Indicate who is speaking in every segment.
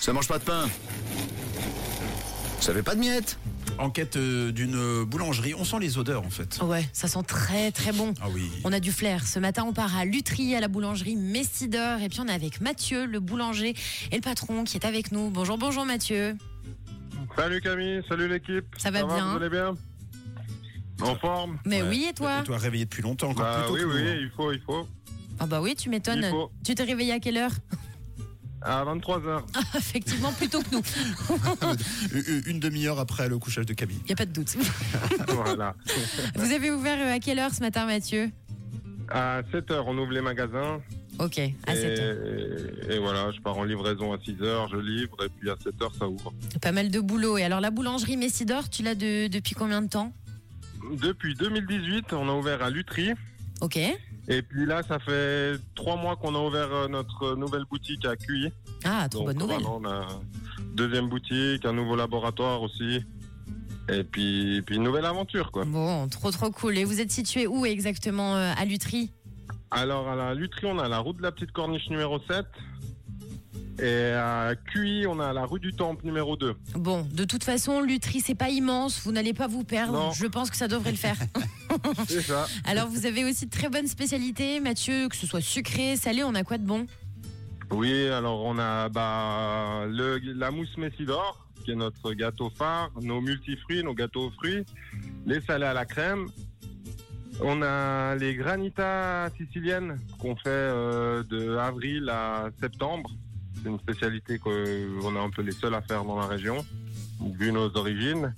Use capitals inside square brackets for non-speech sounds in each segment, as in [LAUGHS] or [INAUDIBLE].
Speaker 1: Ça mange pas de pain. Ça fait pas de miettes.
Speaker 2: En quête euh, d'une boulangerie, on sent les odeurs en fait.
Speaker 3: Ouais, ça sent très très bon.
Speaker 2: Ah oui.
Speaker 3: On a du flair. Ce matin, on part à Lutrier, à la boulangerie Messidor. Et puis, on est avec Mathieu, le boulanger et le patron qui est avec nous. Bonjour, bonjour Mathieu.
Speaker 4: Salut Camille, salut l'équipe.
Speaker 3: Ça va bien
Speaker 4: Vous allez bien En forme
Speaker 2: Ouais.
Speaker 3: Mais
Speaker 2: bah,
Speaker 3: oui, et toi
Speaker 2: Et toi réveillé depuis longtemps, encore
Speaker 4: Bah
Speaker 2: plus tôt
Speaker 4: oui,
Speaker 2: que nous,
Speaker 4: oui,
Speaker 2: hein. [LAUGHS]
Speaker 4: il faut, il faut.
Speaker 3: Ah bah oui, tu m'étonnes.
Speaker 4: Il faut.
Speaker 3: Tu t'es réveillé à quelle heure [LAUGHS]
Speaker 4: À 23h.
Speaker 3: Effectivement, plus tôt que nous.
Speaker 2: Une- Euh, Une demi-heure après le couchage de Camille.
Speaker 3: Il a pas
Speaker 2: [LAUGHS]
Speaker 3: de doute. Ah.
Speaker 4: voilà.
Speaker 3: Vous avez ouvert euh, à quelle heure ce matin, Mathieu
Speaker 4: À 7h, on ouvre les magasins.
Speaker 3: Ok, à
Speaker 4: et,
Speaker 3: 7 heures.
Speaker 4: et voilà, je pars en livraison à 6h, je livre, et puis à 7h, ça ouvre.
Speaker 2: Euh.
Speaker 3: Pas mal de boulot. Et alors, la boulangerie Messidor, tu l'as de- depuis combien de temps
Speaker 4: Depuis 2018, on a ouvert à Lutry.
Speaker 3: Ok.
Speaker 4: Et puis là, ça fait trois mois qu'on a ouvert euh, notre nouvelle boutique à Cuy.
Speaker 3: Ah, trop
Speaker 4: Donc,
Speaker 3: bonne nouvelle.
Speaker 4: voilà, on a deuxième boutique, un nouveau laboratoire aussi. Et puis, puis une nouvelle aventure, quoi.
Speaker 3: Bon, trop trop cool. Et vous êtes situé où exactement euh, à Lutry
Speaker 4: Alors, à la Lutry, on a la route de la Petite Corniche numéro 7. Et à Cuy, on a la rue du Temple numéro 2.
Speaker 3: Bon, de toute façon, Lutry, c'est pas immense. Vous n'allez pas vous perdre.
Speaker 4: Non.
Speaker 3: Je pense que ça devrait le
Speaker 4: [LAUGHS]
Speaker 3: faire.
Speaker 4: C'est ça.
Speaker 3: alors, vous avez aussi de très bonnes spécialités, Mathieu, que ce soit sucré, salé, on a quoi de bon
Speaker 4: Oui, alors on a bah, le, la mousse Messidor, qui est notre gâteau phare, nos multifruits, nos gâteaux aux fruits, les salés à la crème. On a les granitas siciliennes qu'on fait euh, de avril à septembre. C'est une spécialité qu'on est un peu les seuls à faire dans la région, vu nos origines.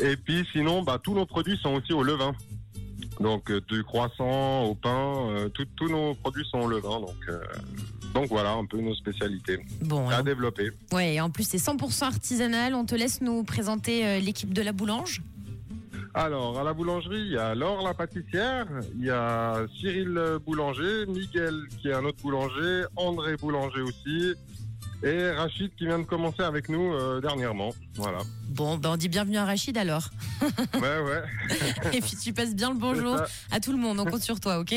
Speaker 4: Et puis sinon, bah, tous nos produits sont aussi au levain. Donc euh, du croissant au pain, euh, tout- tous nos produits sont au levain. Donc, euh, donc voilà un peu nos spécialités
Speaker 3: Bon,
Speaker 4: à
Speaker 3: alors-
Speaker 4: développer.
Speaker 3: ouais, et en plus, c'est 100% artisanal. On te laisse nous présenter euh, l'équipe de la boulange.
Speaker 4: Alors à la boulangerie, il y a Laure la pâtissière, il y a Cyril euh, Boulanger, Miguel qui est un autre boulanger, André Boulanger aussi. Et Rachid qui vient de commencer avec nous euh, dernièrement.
Speaker 3: [LAUGHS]
Speaker 4: Voilà.
Speaker 3: Bon, ben on dit bienvenue à Rachid alors. [LAUGHS]
Speaker 4: Ouais, ouais.
Speaker 3: Et puis tu passes bien le bonjour
Speaker 4: Ça,
Speaker 3: à tout le monde. On compte sur toi, ok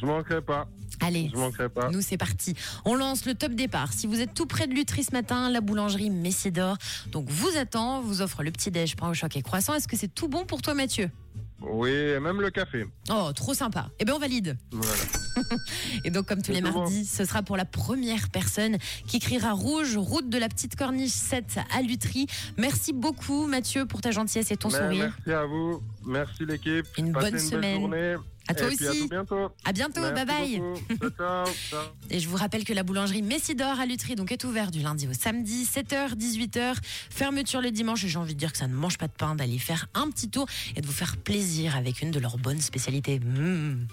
Speaker 4: Je manquerai pas.
Speaker 3: Allez,
Speaker 4: Je manquerai pas.
Speaker 3: nous c'est parti. On lance le top départ. Si vous êtes tout près de Lutry ce matin, la boulangerie Messidor, donc vous attend, vous offre le petit déj, pain au choc et croissant. Est-ce que c'est tout bon pour toi, Mathieu
Speaker 4: Oui, et même le café.
Speaker 3: Oh, trop sympa. Eh bien, on valide.
Speaker 4: Voilà.
Speaker 3: Et donc, comme tous les
Speaker 4: Exactement.
Speaker 3: mardis, ce sera pour la première personne qui criera rouge, route de la petite corniche 7 à Lutry. Merci beaucoup, Mathieu, pour ta gentillesse et ton
Speaker 4: Mais
Speaker 3: sourire.
Speaker 4: Merci à vous. Merci l'équipe.
Speaker 3: Une
Speaker 4: Passez
Speaker 3: bonne
Speaker 4: une
Speaker 3: semaine.
Speaker 4: Belle journée.
Speaker 3: À toi
Speaker 4: et Puis à
Speaker 3: aussi.
Speaker 4: tout bientôt.
Speaker 3: À bientôt.
Speaker 4: Merci
Speaker 3: bye bye.
Speaker 4: beaucoup. Ciao, ciao,
Speaker 3: [LAUGHS]
Speaker 4: ciao.
Speaker 3: Et je vous rappelle que la boulangerie Messidor à Lutry donc est ouverte du lundi au samedi, 7h, 18h. Fermeture le dimanche. Et j'ai envie de dire que ça ne mange pas de pain d'aller faire un petit tour et de vous faire plaisir avec une de leurs bonnes spécialités. Mmh.